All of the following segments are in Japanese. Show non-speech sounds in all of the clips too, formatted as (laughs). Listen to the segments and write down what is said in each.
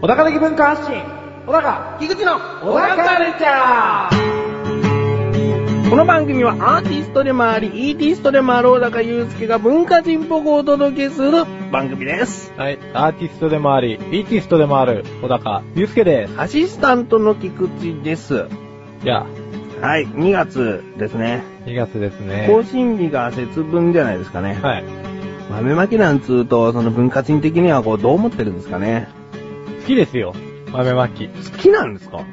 小高的文化発信小高樋口の小高カルチャーこの番組はアーティストでもあり、イーティストでもある小高祐介が文化人っぽくお届けする番組です。はい、アーティストでもあり、イーティストでもある小高祐介です。アシスタントの菊池です。いや、はい、2月ですね。 2月ですね。更新日が節分じゃないですかね。はい。豆まきなんつうと、その文化人的にはこう、どう思ってるんですかね。好きですよ。豆まき。好きなんですか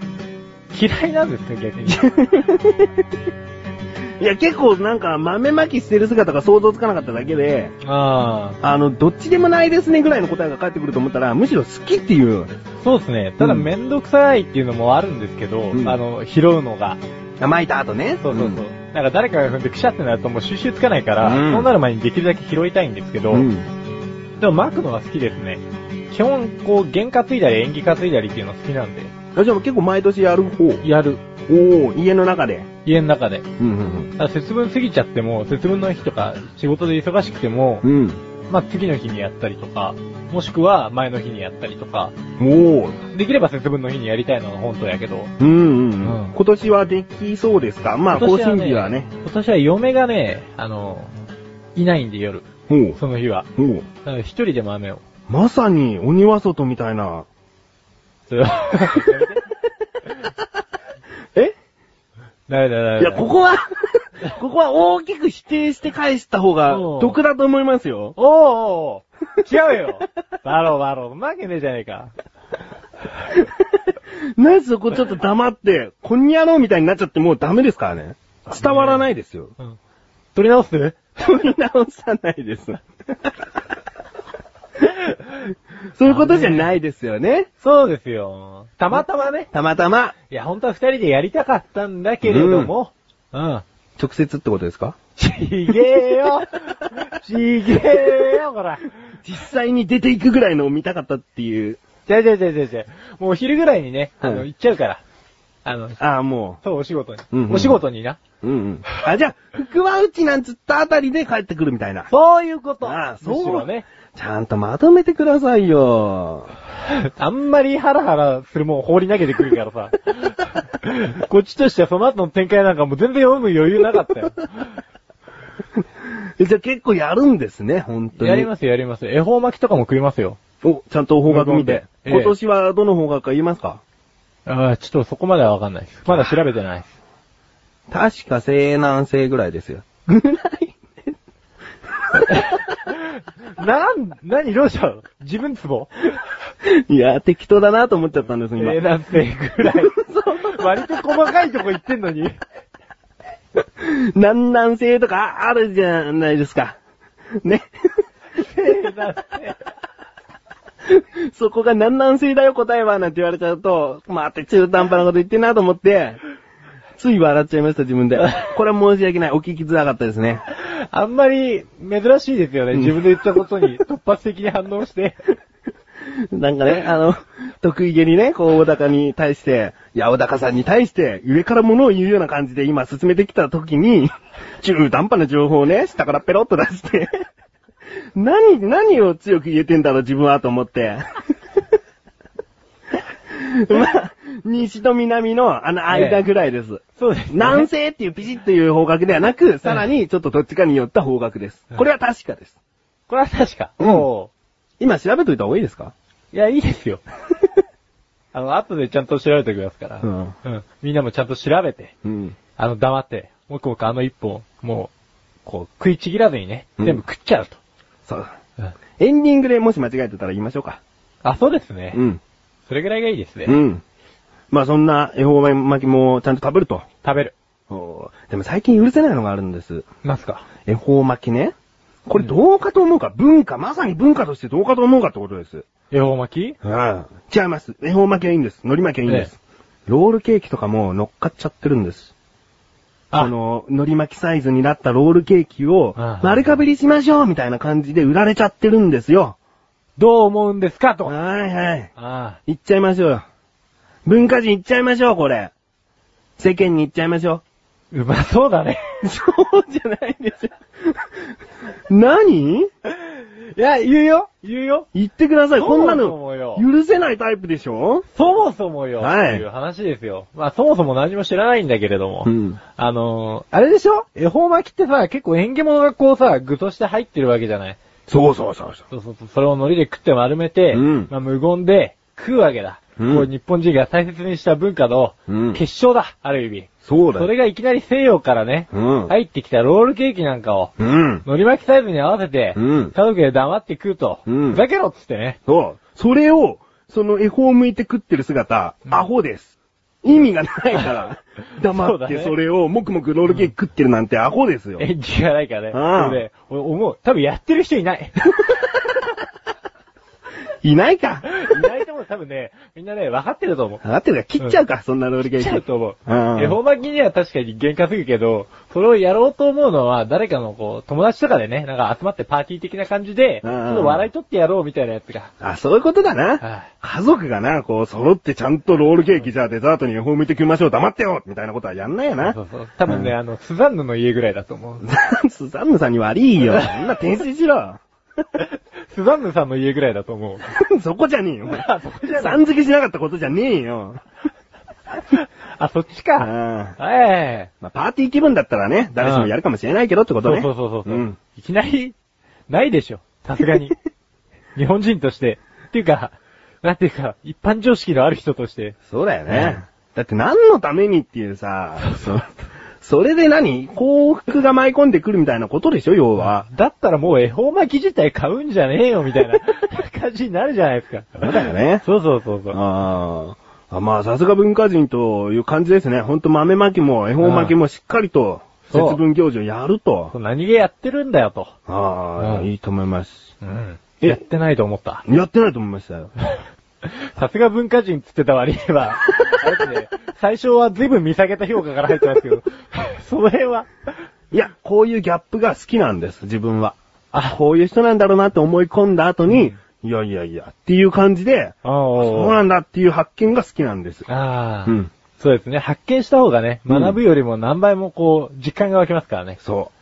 嫌いなんですか、逆に。いや、結構なんか豆まきしてる姿が想像つかなかっただけで、ああの、どっちでもないですねぐらいの答えが返ってくると思ったら、むしろ好きっていう。あ、そうですね。ただ、うんめんどくさいっていうのもあるんですけど、うんあの、拾うのが。甘いた後ね。そうそうそう。なんか誰かが踏んでくしゃってなるともう収集つかないから、うんそうなる前にできるだけ拾いたいんですけど、うん。でも巻くのは好きですね。基本、こう、原担いだり演技担いだりっていうの好きなんで、あじゃあ結構毎年やる方。やる。おお家の中で。家の中で。うんうんただ節分過ぎちゃっても、節分の日とか仕事で忙しくても、うん。まあ次の日にやったりとか、もしくは前の日にやったりとか、うん。おおできれば節分の日にやりたいのが本当やけど、うんうん、ううんん、今年はできそうですかまあ、更新日はね。今年は嫁がね、あの、いないんで夜、おうその日は。おうだから一人で豆を。 (laughs) まさに鬼は外みたい (laughs) な。それえダメだダメだ。いや、ここは、 (laughs) ここは大きく否定して返した方がそう得だと思いますよ。おーおー違うよバロバロ、負けねえじゃねえか。 (laughs) なぜそこちょっと黙って、こんにゃろうみたいになっちゃってもうダメですからね。伝わらないですよ。うん。取り直す取り直さないです。 (laughs) そういうことじゃないですよね。そうですよ。たまたまね。たまたま、いや、本当は二人でやりたかったんだけれども。うん。直接ってことですかちげえ (laughs) よちげえよ、こら。実際に出ていくぐらいのを見たかったっていう。じゃじゃじゃじゃじゃもうお昼ぐらいにね、あはの、い行っちゃうから。あの、ああ、もそう、お仕事に。うんうんお仕事にな。う。うんうん。あ、じゃあ、福は内なんつったあたりで帰ってくるみたいな。そういうこと。ああむしろそうね。ちゃんとまとめてくださいよ。あんまりハラハラするもん放り投げてくるから (laughs) さ。こっちとしてはその後の展開なんかもう全然読む余裕なかったよ。えじゃあ結構やるんですね、本当に。やりますよ、やりますよ。恵方巻きとかも食いますよ。お、ちゃんと方角見て。ええ今年はどの方角か言いますかああ、ちょっとそこまではわかんないです。まだ調べてないです。確か西南西ぐらいですよ。なん、なに、どうしたの自分ツボ (laughs) いや、適当だなと思っちゃったんです、え今。ー、なんてぐら (laughs) い。割と細かいとこ行ってんのに。南南西とかあるじゃないですか。 (laughs) ね。えー、なんて。そこが南南西だよ答えはなんて言われちゃうと、また中途半端なこと言ってんなと思って、つい笑っちゃいました自分で。これは申し訳ない。お聞きづらかったですね。あんまり珍しいですよね。自分で言ったことに突発的に反応して。 (laughs) なんかね、あの、得意げにね、こう、小高に対して、いや、小高さんに対して、上から物を言うような感じで今進めてきた時に、 (laughs) 中途半端な情報をね、下からペロッと出して、 (laughs) 何、何を強く言えてんだろう、自分はと思って。 (laughs) まあ、西と南のあの間ぐらいです。そうです、ね。南西っていうピシッという方角ではなく、さらにちょっとどっちかによった方角です。これは確かです。これは確か。うんも今調べといた方がいいですかう、いや、いいです (laughs) よ。あの、後でちゃんと調べておきますから。うんうん。みんなもちゃんと調べて、うん。あの、黙って、もくもくあの一本、もう、こう、食いちぎらずにね、うん全部食っちゃうと。そう。うんエンディングでもし間違えてたら言いましょうか。あ、そうですね。ん。それぐらいがいいですね。うん。まあそんな恵方巻きもちゃんと食べると。食べる。おーでも最近許せないのがあるんです。なんすか恵方巻きね。これどうかと思うか、文化、まさに文化としてどうかと思うかってことです。恵方巻きうん。違います。恵方巻きはいいんです。海苔巻きはいいんです。ロールケーキとかも乗っかっちゃってるんです。ああの、海苔巻きサイズになったロールケーキをああ丸かぶりしましょうみたいな感じで売られちゃってるんですよ。どう思うんですかと。あはいはい。あ。行っちゃいましょうよ。文化人行っちゃいましょう、これ。世間に行っちゃいましょう。うまそうだね。 (laughs) そうじゃないでしょ。何いや、言うよ言うよ言ってください。そもこそんもなのよ、許せないタイプでしょそもそもよ、はいっていう話ですよ。まあそもそも何も知らないんだけれども。うんあのー、あれでしょ恵方巻きってさ、結構縁起物がこうさ、具として入ってるわけじゃない。そうそうそうそう。そうそうそう、それを海苔で食って丸めて、うんまあ無言で食うわけだ。うんこう日本人が大切にした文化のうん結晶だ、ある意味。そうだよそれがいきなり西洋からね、うん。い。入ってきたロールケーキなんかを、うん。海苔巻きサイズに合わせて、うん家族で黙って食うと、うんふざけろっつってね。そう。それを、その恵方を向いて食ってる姿、うんアホです。意味がないから、そ黙うだってねそれを、もくもくロールケーキ食ってるなんてアホですよ。演技がないからね。うんそれで、俺思う。多分やってる人いない。 (laughs) いないか。いないと思う。多分ね、みんなね、分かってると思う。あってるか、切っちゃうか、そんなロールケーキ。切っちゃうと思う。うん恵方巻きには確かに喧嘩するけど、それをやろうと思うのは、誰かのこう、友達とかでね、なんか集まってパーティー的な感じで、ちうんょっと笑い取ってやろうみたいなやつが。あ、そういうことだな。はい家族がな、こう、揃ってちゃんとロールケーキじゃあデザートに恵方向いて食いましょう、黙ってよみたいなことはやんないよなそ。うそう。多分ね、うんあの、スザンヌの家ぐらいだと思う。 (laughs) スザンヌさんに悪いよ。そんな転生しろ。 (laughs) スザンヌさんの家ぐらいだと思う。そこじゃねえよ。あ (laughs) そこじゃないさん付けしなかったことじゃねえ (laughs) よ。あ、そっちうんか。ええまあ、パーティー気分だったらね、誰しもやるかもしれないけどってことそうね。そうそうそうそう、うん。いきなり、ないでしょ。さすが (laughs) に。日本人として。っていうか、なんていうか、一般常識のある人として。そうだようねん。だって何のためにっていうさ、そ (laughs) それで何幸福が舞い込んでくるみたいなことでしょ、要は。だったらもう恵方巻き自体買うんじゃねえよ、みたい (laughs) な感じになるじゃないですか。そうだよねそうそうそうそう。あーあ。まあ、さすが文化人という感じですね。ほんと豆巻きも恵方巻きもしっかりと、そう節分行事をやると。何気やってるんだよ、と。ああ、うんいいと思います。うん。えやってないと思った。やってないと思いましたよ。さすが文化人っつってた割に (laughs) は、あれですね、最初は随分見下げた評価から入ってますけど、その辺は、いや、こういうギャップが好きなんです、自分は。ああ、こういう人なんだろうなって思い込んだ後に、いやいやいや、っていう感じで、ああそうなんだっていう発見が好きなんです。ああ、うんそうですね。発見した方がね、うん学ぶよりも何倍もこう、実感が湧きますからね。そう。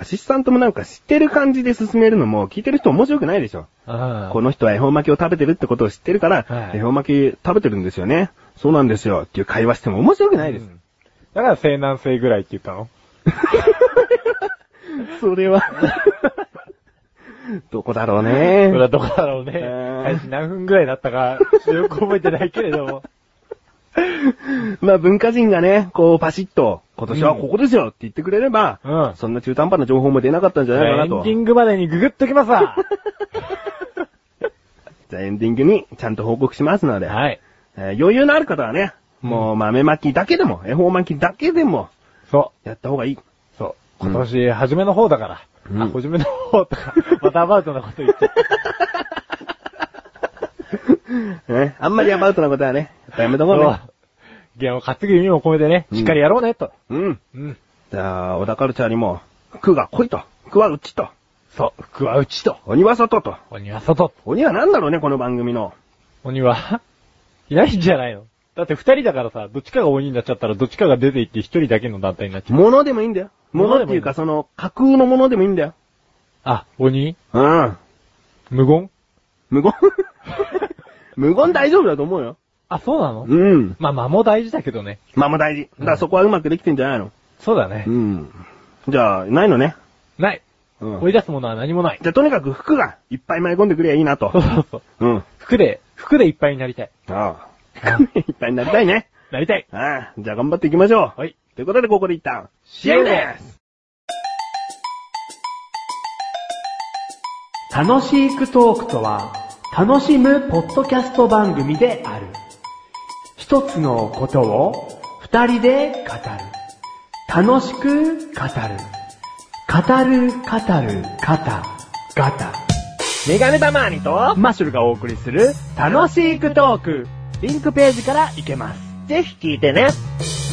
アシスタントもなんか知ってる感じで進めるのも、聞いてる人面白くないでしょ。ああこの人は恵方巻きを食べてるってことを知ってるから、はい恵方巻き食べてるんですよね。そうなんですよ。っていう会話しても面白くないです。うんだから西南西ぐらいって言ったのそれは。どこだろうねそ。れはどこだろうね。うん開始何分ぐらいだったか、よく覚えてないけれど (laughs) も。まあ文化人がね、こうパシッと、今年はここですよって言ってくれれば、うんそんな中途半端な情報も出なかったんじゃないかエなンと。ディングまでにググっときま (laughs) すわ。じゃあエンディングにちゃんと報告しますので、はい。えー余裕のある方はね、もう豆巻きだけでも、恵方巻きだけでも、そやった方がいい。う。そう。今年、初めの方だから。うんあ、初めの方 (laughs) とか、またアバウトなこと言って。 (laughs) ね、あんまりアバウトなことはね、やっぱやめとこうね。弦を担ぐ意味も込めてね、うんしっかりやろうね、と。うん。うん。じゃあ、小田カルチャーにも、服が来いと、服はうちと、そう。福は内と。鬼は外と、鬼は外。鬼は何だろうね、この番組の。鬼は (laughs) いないんじゃないのだって二人だからさ、どっちかが鬼になっちゃったらどっちかが出て行って一人だけの団体になっちゃう。物でもいいんだよ。物っていうか、その、架空のものでもいいんだよ。あ、鬼うん。無言無言 (laughs) 無言大丈夫だと思うよ。あ、そうなのうん。まあ、間も大事だけどね。まあまあ大事。だからそこはうまくできてんじゃないのそうだねう。ん。じゃあ、ないのね。ない。うん。追い出すものは何もない。じゃあ、とにかく服がいっぱい舞い込んでくればいいなとそ。うそうそう。うん。あ服で、服でいっぱいになりたい。あ。 (laughs) いっぱいになりたいね。なりたい。ああ。じゃあ、頑張っていきましょう。はい。ということで、ここで一旦、試合です楽しいクトークとは、楽しむポッドキャスト番組である。一つのことを二人で語る。楽しく語る。語る、語る、語、ガタ。メガネたまーにと、マッシュルがお送りする、楽しいクトーク。リンクページから行けます。ぜひ聞いてね。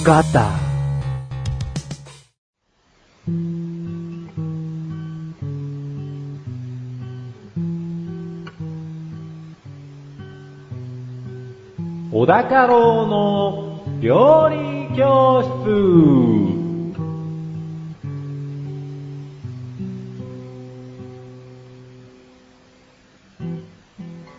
ガタ。小高郎の料理教室。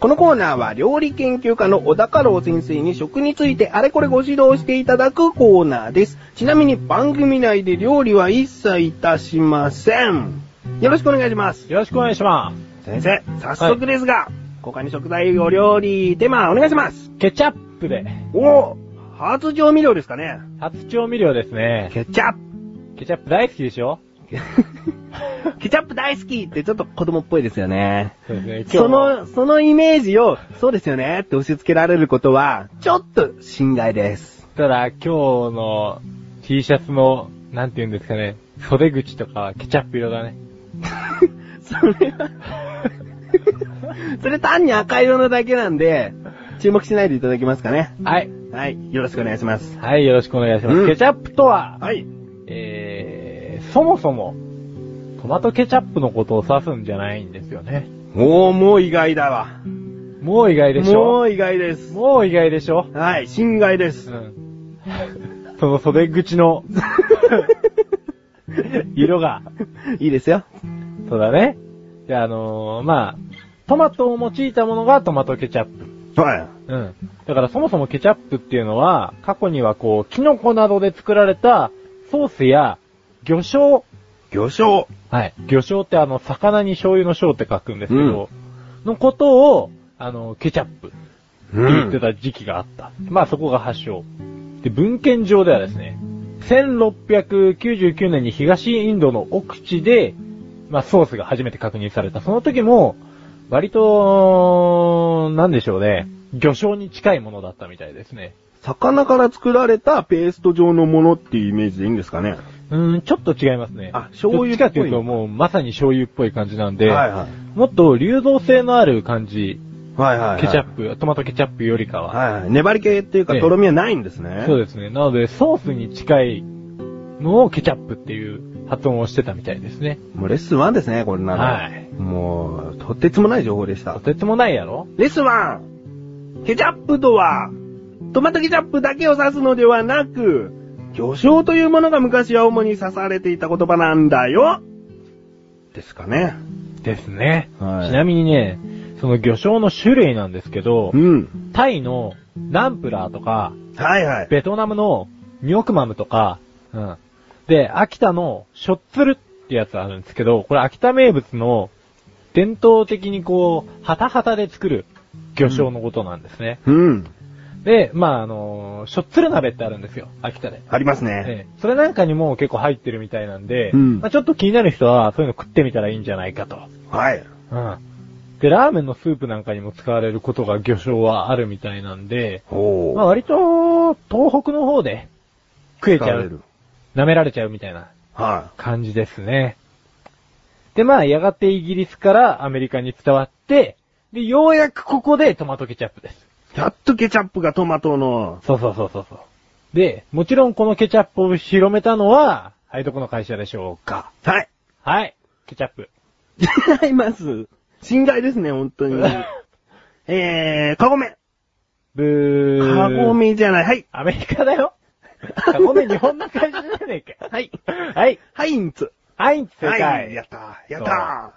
このコーナーは料理研究家の小高郎先生に食についてあれこれご指導していただくコーナーです。ちなみに番組内で料理は一切いたしません。よろしくお願いします。よろしくお願いしま先生、早速ですが、他に食材、お料理、テーマお願いします。す。ケチャップで。お初調味料ですかね初調味料ですね。ケチャッ (laughs) プ。ケチャップ大好きでしょケチャップ大好きってちょっと子供っぽいですよね。そうですそ、の、そのイメージを、そうですよねって押し付けられることは、ちょっと心外です。ただ今日の T シャツの、なんて言うんですかね、袖口とかはケチャップ色だね。それは、それ単に赤色のだけなんで、注目しないでいただけますかね。はい。はい、よろしくお願いします。はい、よろしくお願いします。うんケチャップとは、はい。えー、そもそも、トマトケチャップのことを指すんじゃないんですよね。おー、もう意外だわ。もう意外でしもょう意外です。もう意外でしょはい、心外です (laughs) う。ん。 (laughs) その袖口の、色が、いいですよ。そうだね。じゃあ、あのーまあ、トマトを用いたものがトマトケチャップ。はうん。だからそもそもケチャップっていうのは、過去にはこう、キノコなどで作られたソースや魚醤。い。魚醤。はい。魚醤ってあの、魚に醤油の醤って書くんですけど、のことを、あの、ケチャップってう言ってた時期があった。まあそこが発祥。で、文献上ではですね、1699年に東インドの奥地で、まあソースが初めて確認された。その時も、割と、なんでしょうね、魚醤に近いものだったみたいですね。魚から作られたペースト状のものっていうイメージでいいんですかね。うーん、ちょっと違いますね。あ醤油っぽいどっちかっていうともうまさに醤油っぽい感じなんで、はいはい。もっと流動性のある感じ、はいはい、はい。ケチャップ、トマトケチャップよりかは。はいはい。粘り系っていうか、ええとろみはないんですね。そうですね。なので、ソースに近いのをケチャップっていう発音をしてたみたいですね。もうレッスン1ですね、これなの。はいもう、とてつもない情報でしとた。てつもないやろレッスン 1! ケチャップとは、トマトケチャップだけを指すのではなく、魚醤というものが昔は主に指されていた言葉なんだよですかね。ですね。はいちなみにね、その魚醤の種類なんですけどう、ん。タイのナンプラーとか、はいはい。ベトナムのニョクマムとか、うん。で、秋田のショッツルってやつあるんですけど、これ秋田名物の伝統的にこう、ハタハタで作る魚醤のことなんですね。うん。で、まああのーしょっつる鍋ってあるんですよ、秋田で。ありますね。ええ、それなんかにも結構入ってるみたいなんで、うんまあちょっと気になる人はそういうの食ってみたらいいんじゃないかと。はい。うん。で、ラーメンのスープなんかにも使われることが魚醤はあるみたいなんで、ほう。まあ割と、東北の方で食えちゃ使われうる。。舐められちゃうみたいなは感じですね。で、まあやがてイギリスからアメリカに伝わって、で、ようやくここでトマトケチャップです。い。やっとケチャップがトマトの、そうそうそうそうそう。で、もちろんこのケチャップを広めたのは、はい、どこの会社でしょうかはい。はい、ケチャップ。違います。心外ですね、本当に。 (laughs) えー、カゴメ。ブー。カゴ。メじゃない。はい。アメリカ (laughs) だよ。カゴメ日本の会社じゃねえか。はい。はい、ハインツ。ハインツ正解。はい。やったー。やった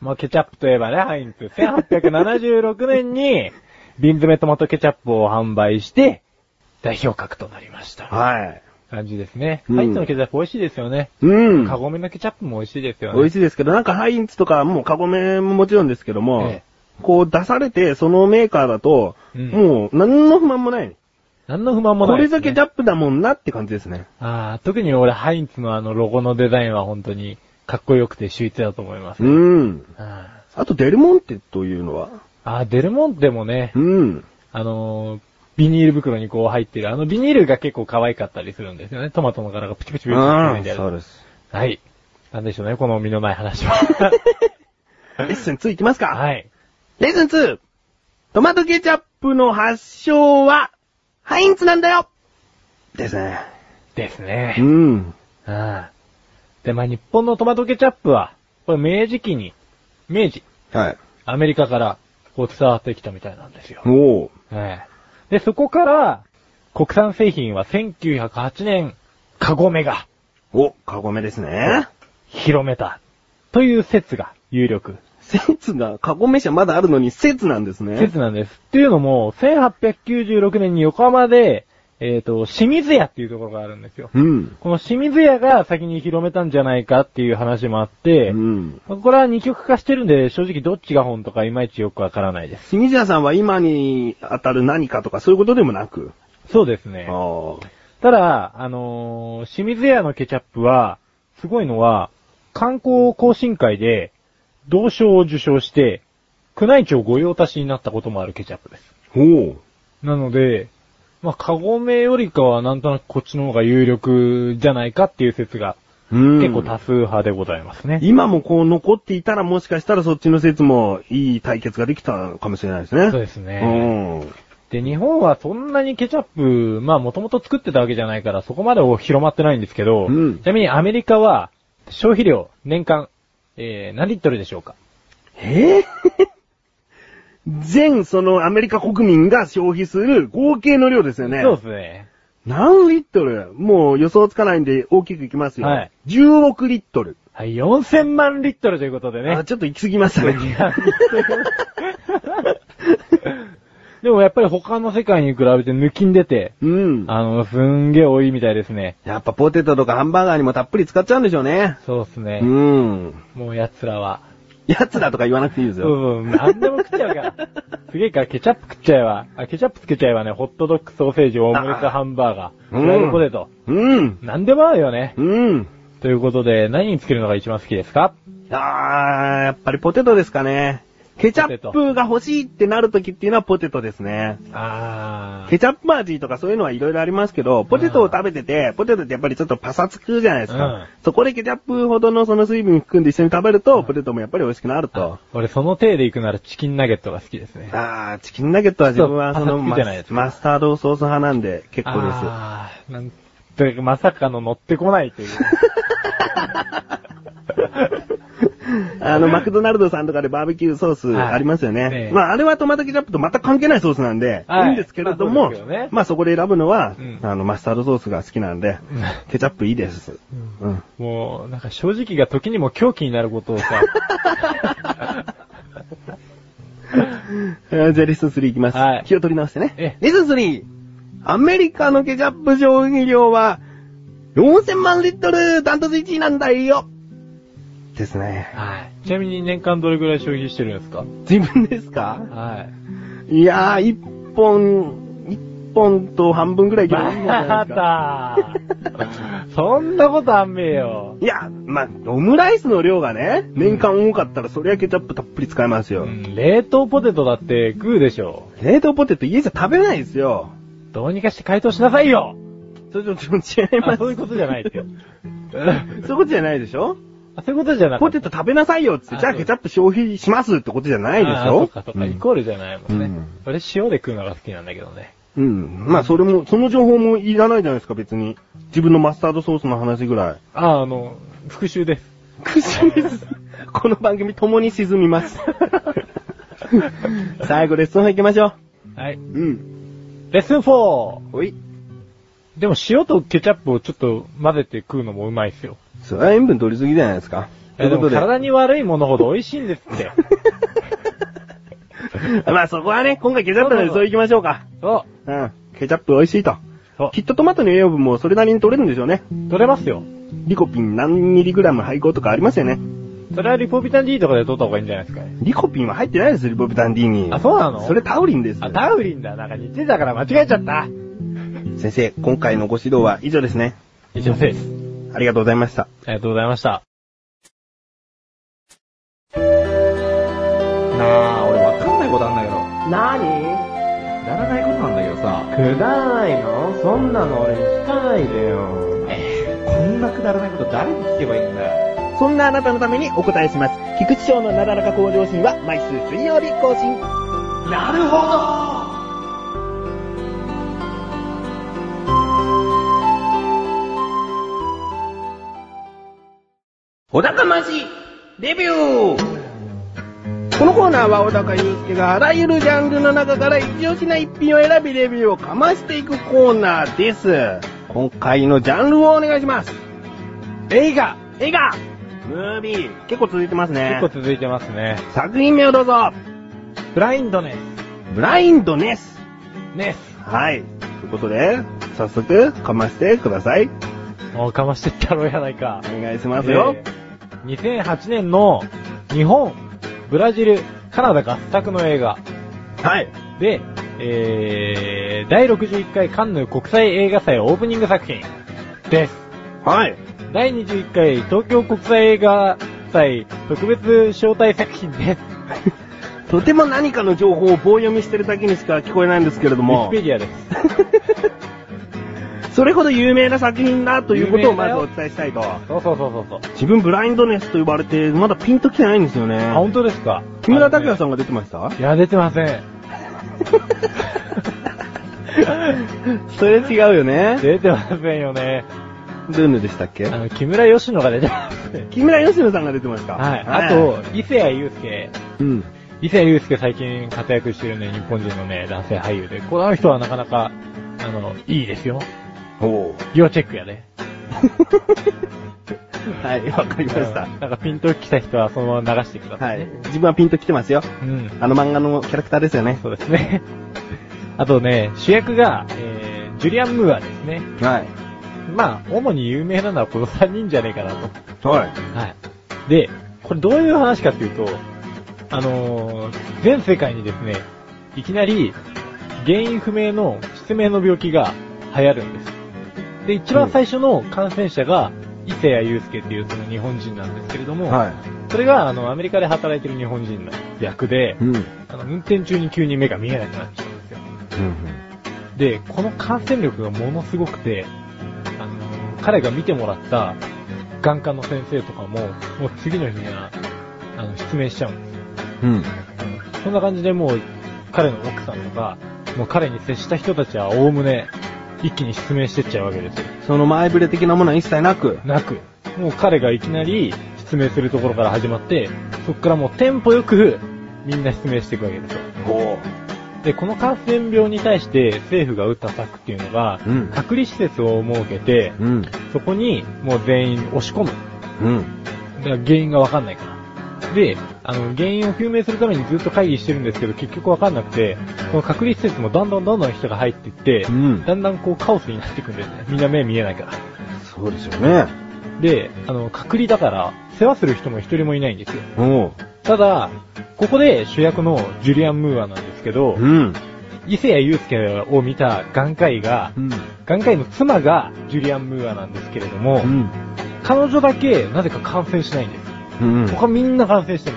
もうケチャップといえばね、ハインツ。1876 (laughs) 年に、瓶詰めトマトケチャップを販売して、代表格となりましー。た。はい。感じですね。うんハインツのケチャップ美味しいですよね。うん。カゴメのケチャップも美味しいですよね。美味しいですけど、なんかハインツとかもうカゴメももちろんですけども、ええこう出されて、そのメーカーだと、うんもう何の不満もない。何の不満もなこいでれすね、だけジャップだもんなって感じですね。ああ、特に俺、ハインツのあのロゴのデザインは本当にかっこよくて秀逸だと思います。うん。ああとデルモンテというのはあー、デルモンテもねう、ん。あのービニール袋にこう入ってる、あのビニールが結構可愛かったりするんですよね。トマトの柄がプチプチプチプチあ入あ、てそうる。 (laughs) です。はい。なんでしょうね、この身のない (laughs) 話は。レッスン2いきますかはい。レッスン 2! トマトケチャップの発祥は、ハインツなんだよですね。ですうね。ん。ああで、まあ日本のトマトケチャップは、これ明治期に、明治、はい。アメリカからこう伝わってきたみたいなんですよ。おー。ええで、そこから、国産製品は1908年、カゴメがお、カゴメですね。広めたという説が有力。説が、過去名詞はまだあるのに説なんですね。説なんです。っていうのも、1896年に横浜で、えっ、と、清水屋っていうところがあるんですよ。うん。この清水屋が先に広めたんじゃないかっていう話もあって、うん。これは二極化してるんで、正直どっちが本とかいまいちよくわからないです。清水屋さんは今に当たる何かとかそういうことでもなく。そうですね。あただ、あのー清水屋のケチャップは、すごいのは、観光懇親会で、同賞を受賞して、宮内庁御用達になったこともあるケチャップです。あ。ほう。なので、まあ、カゴメよりかはなんとなくこっちの方が有力じゃないかっていう説がうん。結構多数派でございますね。今もこう残っていたらもしかしたらそっちの説もいい対決ができたかもしれないですね。そうですね。で、日本はそんなにケチャップ、まあもともと作ってたわけじゃないからそこまで広まってないんですけど、うんちなみにアメリカは消費量年間、えー、何リットルでしょうかうん。えー (laughs) 全そのアメリカ国民が消費する合計の量ですよね。そうですね。何リットルもう予想つかないんで大きくいきますよ。はい10億リットル。はい、4000万リットルということでね。あ、ちょっと行き過ぎましたね。 (laughs) でもやっぱり他の世界に比べて抜きんでて、 (laughs) うん。あの、すんげえ多いみたいですね。やっぱポテトとかハンバーガーにもたっぷり使っちゃうんでしょうね。そうですねう。ん。もう奴らは。やつらとか言わなくていいですうよ。ん、何でも食っちゃうから。 (laughs) すげえから、ケチャップ食っちゃえば。あ、ケチャップつけちゃえばね、ホットドッグ、ソーセージ、オムレツ、ハンバーガー、うんフライドポテト。うん。何でも合うよね。うん。ということで、何につけるのが一番好きですかあー、やっぱりポテトですかね。ケチャップが欲しいってなるときっていうのはポテトですね。あケチャップ味とかそういうのはいろいろありますけど、ポテトを食べてて、ポテトってやっぱりちょっとパサつくじゃないですか。うんそこでケチャップほどのその水分含んで一緒に食べると、ポテトもやっぱり美味しくなると。俺その手で行くならチキンナゲットが好きですね。あー、チキンナゲットは自分はそのそうパサつくマじゃないですスかマスタードソース派なんで結構です。あーなんというか、まさかの乗ってこない (laughs) という。あの、マクドナルドさんとかでバーベキューソースはいありますよえねえ。まあ、あれはトマトケチャップと全く関係ないソースなんで、はいいいんですけれどまあそもうですよね、まあ、そこで選ぶのはうん、あの、マスタードソースが好きなんでうん、ケチャップいいです。うん。もう、なんか正直が時にも狂気になることをさ、えーじゃあ、レッスン3いきますはい。気を取り直してえね。レッスン 3! アメリカのケチャップ消費量は、4000万リットルダントツ1位なんだよですね。はい。ちなみに年間どれぐらい消費してるんですか自分ですかはい。いやー、1本、1本と半分ぐらいいけばいいんじゃないまですか。 (laughs) たそんなことあんめえよ。いや、まあ、オムライスの量がね、年間多かったら、そりゃケチャップたっぷり使えますうよ。ん、冷凍ポテトだって食うでしょ。冷凍ポテト家じゃ食べないですよ。どうにかして解凍しなさいよそれちょっと違いまあす。そういうことじゃないで (laughs) すよ。そういうことじゃないでしょあそういうことじゃな (laughs) くポて。テト食べなさいよっつって、あじゃあケチャップ消費しますってことじゃないでしあそょっかそっか、うイんコールじゃないもんね。うん俺塩で食うのが好きなんだけどね。うん。まあ、それも、その情報もいらないじゃないですか、別に。自分のマスタードソースの話ぐらい。あ、あの、復習です。くしです。 (laughs) この番組共に沈みます。 (laughs) 最後レッスン行きましょはい。う。うん。レッスン 4! おい。でも塩とケチャップをちょっと混ぜて食うのもうまいですよ。それは塩分取りすぎじゃないですか。いやでもということ体に悪いものほど美味しいんです (laughs) って。まあそこはね、今回ケチャップなんでそう行きましょうか。そう。うん。ケチャップ美味しいと。そうきっとトマトの栄養分もそれなりに取れるんでしょうね。取れますよ。リコピン何ミリグラム配合とかありますよね。それはリポビタン D とかで取った方がいいんじゃないですかね。リコピンは入ってないです、リボビタン D に。あそうなのそれタウリンです。あ、タウリンだ。なんか似てたから間違えちゃった。先生、今回のご指導は以上ですね。以上です。ありがとうございました。ありがとうございました。なあ、俺わかんないことあんだけど、なにくだらないことなんだけどさ、くだらないのそんなの俺に聞かないでよ。えー、こんなくだらないこと誰に聞けばいいんだよ。そんなあなたのためにお答えします。菊池賞のなだらか向上心は毎週水曜日更新。なるほどお高ましレビューこのコーナーは小高祐介があらゆるジャンルの中から一押しな一品を選びレビューをかましていくコーナーです。今回のジャンルをお願いします。映画映画ムービー。結構続いてますね結構。続いてますね。作品名をどうぞ。ブラインドネブラインドネス。ス。ネス。はい。ということで、早速、かましてください。もうかましてったろうやないか。お願いしますよ。えー2008年の日本、ブラジル、カナダ合作の映画はい。で、えー、第61回カンヌ国際映画祭オープニング作品です。はい。第21回東京国際映画祭特別招待作品です。とても何かの情報を棒読みしてるだけにしか聞こえないんですけれどウィもキペ、ディアです。 (laughs) それほど有名な作品だということを有名まだずよお伝えしたいと。そうそうそうそうそう。自分ブラインドネスと呼ばれて、まだピンと来てないんですよね。あ、本当ですか木村拓哉さんんが出てましたいや、出てません。 (laughs) それ違うよね。出てませんよね。ルーヌでしたっけあの、木村佳乃が出てますね。木村佳乃さんが出てました。はい。あ、と、伊勢谷友介。うん。伊勢谷友介最近活躍してるね、日本人のね、男性俳優で。この人はなかなか、あの、いいですよ。ほ要チェックやね。う。 (laughs) はい、わかりましたう。んなんかピンと来た人はそのまま流してくださ、はいいね。。自分はピンと来てますよ。うん。あの漫画のキャラクターですよね。そうですね。 (laughs) あとね、主役が、えー、ジュリアン・ムーアですね。はい。まあ、主に有名なのはこの3人じゃねえかなと。はい。はい。で、これどういう話かっていうと、あのー全世界にですね、いきなり原因不明の失明の病気が流行るんです。で、一番最初の感染者が伊勢谷友介っていうその日本人なんですけれども、はい。それがあのアメリカで働いてる日本人の役で、うん。うん。あの運転中に急に目が見えなくなっちゃうんですよ。で、この感染力がものすごくて、あの、彼が見てもらった眼科の先生とかも、もう次の日には、あの、失明しちゃうんですよ。うん。そんな感じでもう、彼の奥さんとか、もう彼に接した人たちはおおむね、一気に失明してっちゃうわけですよ。その前触れ的なものは一切なく。なく、もう彼がいきなり失明するところから始まって、そこからもうテンポよく、みんな失明していくわけですよ。ほで、この感染病に対して政府が打った策っていうのが、うん隔離施設を設けて、う。うん。そこにもう全員押し込む。うん。だから原因がわかんないから。で、あの、原因を究明するためにずっと会議してるんですけど、結局わかんなくて、この隔離施設もどんどんどんどん人が入っていって、うんだんだんこうカオスになっていくんですね。みんな目見えないから。そうですよね。で、あの、隔離だから、世話する人も一人もいないんですよ。おう。ただ、ここで主役のジュリアン・ムーアなんですけど、ん。伊勢谷友介を見た眼科医が、うん。眼科医の妻がジュリアン・ムーアなんですけれども、ん。彼女だけなぜか感染しないんです。うん。他みんな感染してる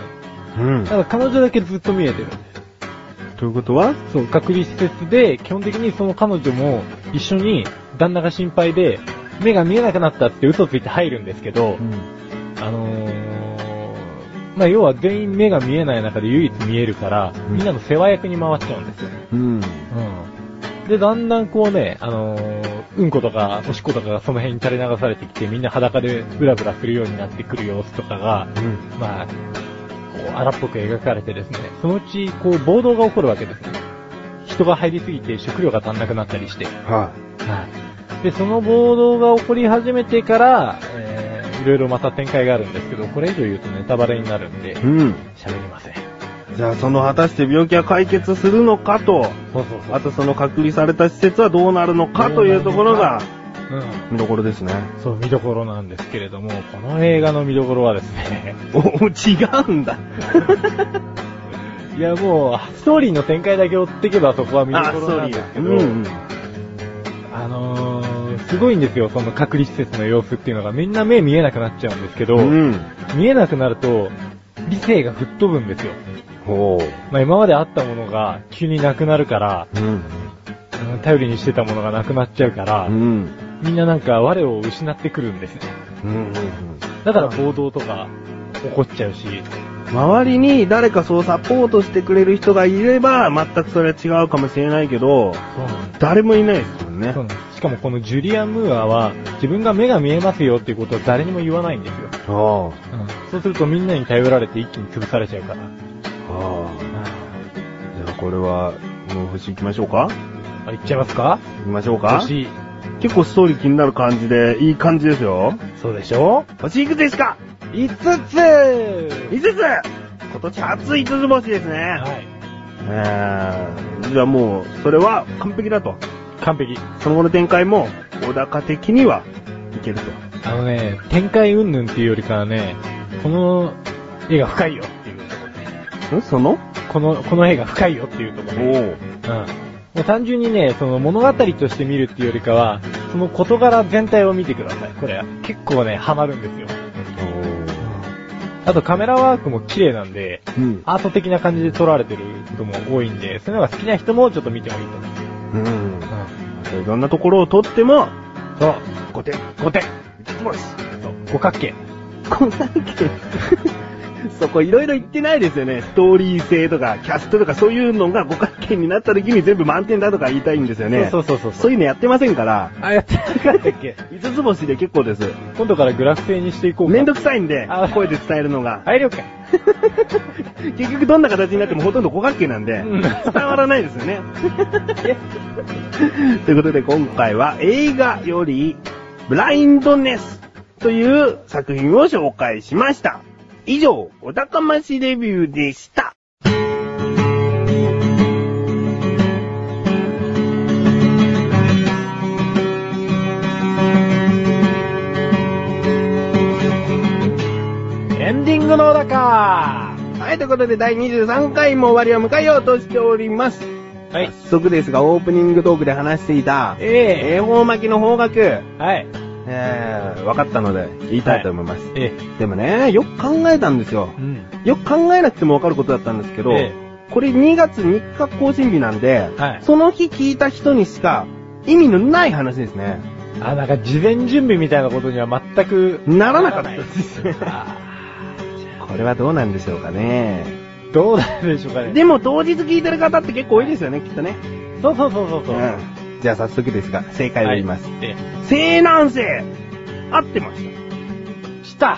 の。うんだ。から彼女だけずっと見えてるんです。ということはそう、隔離施設で、基本的にその彼女も一緒に旦那が心配で、目が見えなくなったって嘘ついて入るんですけど、ん。あのー、まあ、要は全員目が見えない中で唯一見えるから、んみんなの世話役に回っちゃうんですよ。うん。うん。で、だんだんこうね、あのー、うんことか、おしっことかがその辺に垂れ流されてきて、みんな裸でブラブラするようになってくる様子とかが、うん。まあ、こう荒っぽく描かれてですね、そのうち、こう、暴動が起こるわけですね。人が入りすぎて食料が足んなくなったりして。ははい。で、その暴動が起こり始めてから、えー、いろいろまた展開があるんですけど、これ以上言うとネタバレになるんで、うん。喋りません。じゃあ、その果たして病気は解決するのかと、そうそうそう。あとその隔離された施設はどうなるのかというところがうん。見どころですね。そう、見どころなんですけれども、この映画の見どころはですね、 (laughs) お、違うん (laughs) だ。いやもう、ストーリーの展開だけ追っていけばそこは見どあ、スころトーなんリですーけが。ど、うん。あのー、すごいんですよ、その隔離施設の様子っていうのが。みんな目見えなくなっちゃうんですけど、うん。見えなくなると、理性が吹っ飛ぶんですよ。ほまあ、今まであったものが急になくなるから、う。うん。うん頼りにしてたものがなくなっちゃうから、うん。みんななんか我を失ってくるんですね。うん。だから暴動とか起こっちゃうし、周りに誰かそうサポートしてくれる人がいれば、全くそれは違うかもしれないけど、そうなんです誰もいないですもんねそう。なんですしかもこのジュリアン・ムーアは自分が目が見えますよっていうことを誰にも言わないんですよ。あうん、そうするとみんなに頼られて一気に潰されちゃうから。あ。あああ。じゃあこれは、もう星行きましょうかいっちゃいますか行きましょうか星結構ストーリー気になる感じで、いい感じですよ。そうでしょ星いくつですか ?5 つ ?5 つ今年初5つ星ですね。はい。えー、じゃあもう、それは完璧だと。完璧。その後の展開も、小高的にはいけると。あのね、展開云々っていうよりかはね、この絵が深いよっていう。んそのこの、この絵が深いよっていうとこおろ、ね。ーうん。もう単純にね、その物語として見るっていうよりかは、その事柄全体を見てください。これ、結構ね、ハマるんですよ。あとカメラワークも綺麗なんで、うん。アート的な感じで撮られてることも多いんで、そういうのが好きな人もちょっと見てもいいと思う。うん。いろんなところを取っても、そう。 5点。 5点。 5つ星。五角形。こんなんけ (laughs) そこいろいろ言ってないですよね。ストーリー性とか、キャストとか、そういうのが五角形になった時に全部満点だとか言いたいんですよね。そううそうそうそうそう。いうのやってませんから、あ、やってなかったっけ5つ星で結構です。今度からグラフ製にしていこうか。めんどくさいんであ、声で伝えるのが。はい、了解。結局どんな形になってもほとんど五角形なんで、うん伝わらないですよ (laughs) ね。ということで今回は映画よりブラインドネスという作品を紹介しました。以上、お高ましレビューでした。エンディングのだかはい、ということで第23回も終わりを迎えようとしております。はい。早速ですが、オープニングトークで話していた、ええ恵方巻きの方角、はい。えー、分かったので言いたいと思います。ええでもね、よく考えたんですよ。うん。よく考えなくてもわかることだったんですけど、えこれ2月3日更新日なんで、はいその日聞いた人にしか意味のない話ですね。あ、なんか事前準備みたいなことには (laughs) 全く。ならなかったです。あこれはどうなんでしょうかね。ーどうなんでしょうかね。でも同日聞いてる方って結構多いですよね、きっとね。そうそうそうそうそう。うんじゃあ早速ですが、正解を言います。はい。え西南西合ってました。えした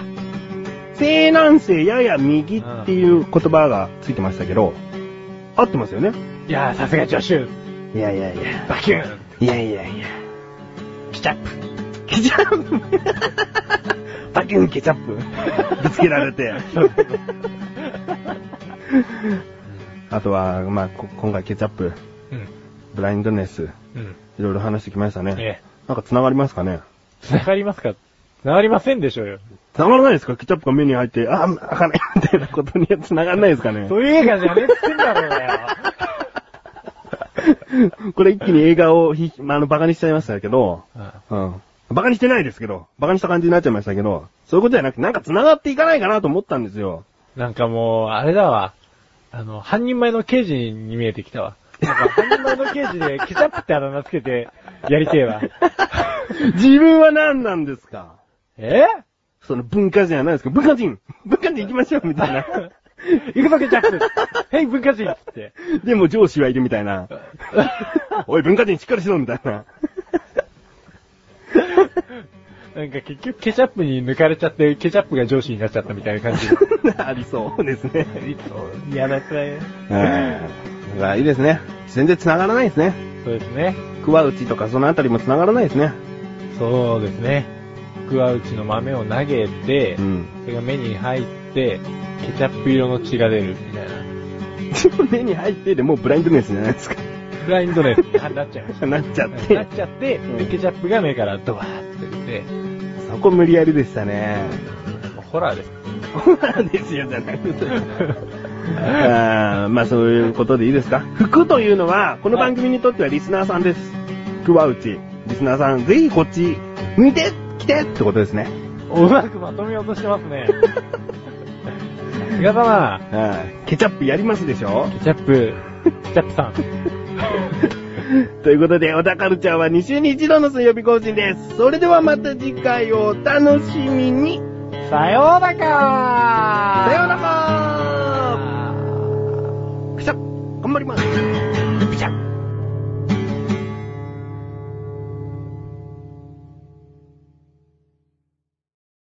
西南西やや右っていう言葉がついてましたけど、合ってますよね。いやー、さすが助手。いやいやいや。バキューンいやいやいや。キチャップケチャップバキュンケチャップぶつけられて。あとは、まあ、こ今回ケチャップ、うん。ブラインドネス、いうん。ろいろ話してきましたね。ええ。なんか繋がりますかね繋がりますか繋がりませんでしょうよ。繋がらないですかケチャップが目に入って、あー、開かないみたいなことには繋がらないですかねそういう映画じゃねえって言ってんだろう (laughs) がこれ一気に映画をひ、まあ、あの、バカにしちゃいましたけど、よ。うん。バカにしてないですけど、バカにした感じになっちゃいましたけど、そういうことじゃなくて、なんか繋がっていかないかなと思ったんですよ。なんかもう、あれだわ。あの、半人前の刑事に見えてきたわ。なんか半人前の刑事でケチャップってあだ名つけて、やりて (laughs) えわ。自分は何なんですかえその文化人は何ですか文化人文化人行きましょうみたいな。 (laughs) 行くぞケチャップヘイ文化人っつって。でも上司はいるみたいな。おい、文化人しっかりしろみたいな。 (laughs) (laughs) なんか結局ケチャップに抜かれちゃって、ケチャップが上司になっちゃったみたいな感じ。ありそうですね。嫌だったね。うん。まあいいですね。全然繋がらないですね。そうですね。桑内とかそのあたりも繋がらないですね。そうですね。桑内の豆を投げて、うん。それが目に入って、ケチャップ色の血が出るみたいな。目に入ってでもうブラインドネスじゃないですか。ブラインドレスになっちゃいました。なっちゃっ。(laughs) なってちゃって、でケチャップが目からドバーって出て、そこ無理やりでしたね。ホラーです。そうなんですよ、じゃなく (laughs) て。あーまあそういうことでいいですか服というのは、この番組にとってはリスナーさんです。桑内、リスナーさん、ぜひこっち、向いて、来てってことですね。うまくまとめようとしてます (laughs) ね。さすがだなあーケチャップやりますでしょケチャップ、ケチャップさん。 (laughs) ということで、小田カルチャーは2週に1度の水曜日更新です。それではまた次回をお楽しみに。さようなかさようななららくしゃ、頑張ります。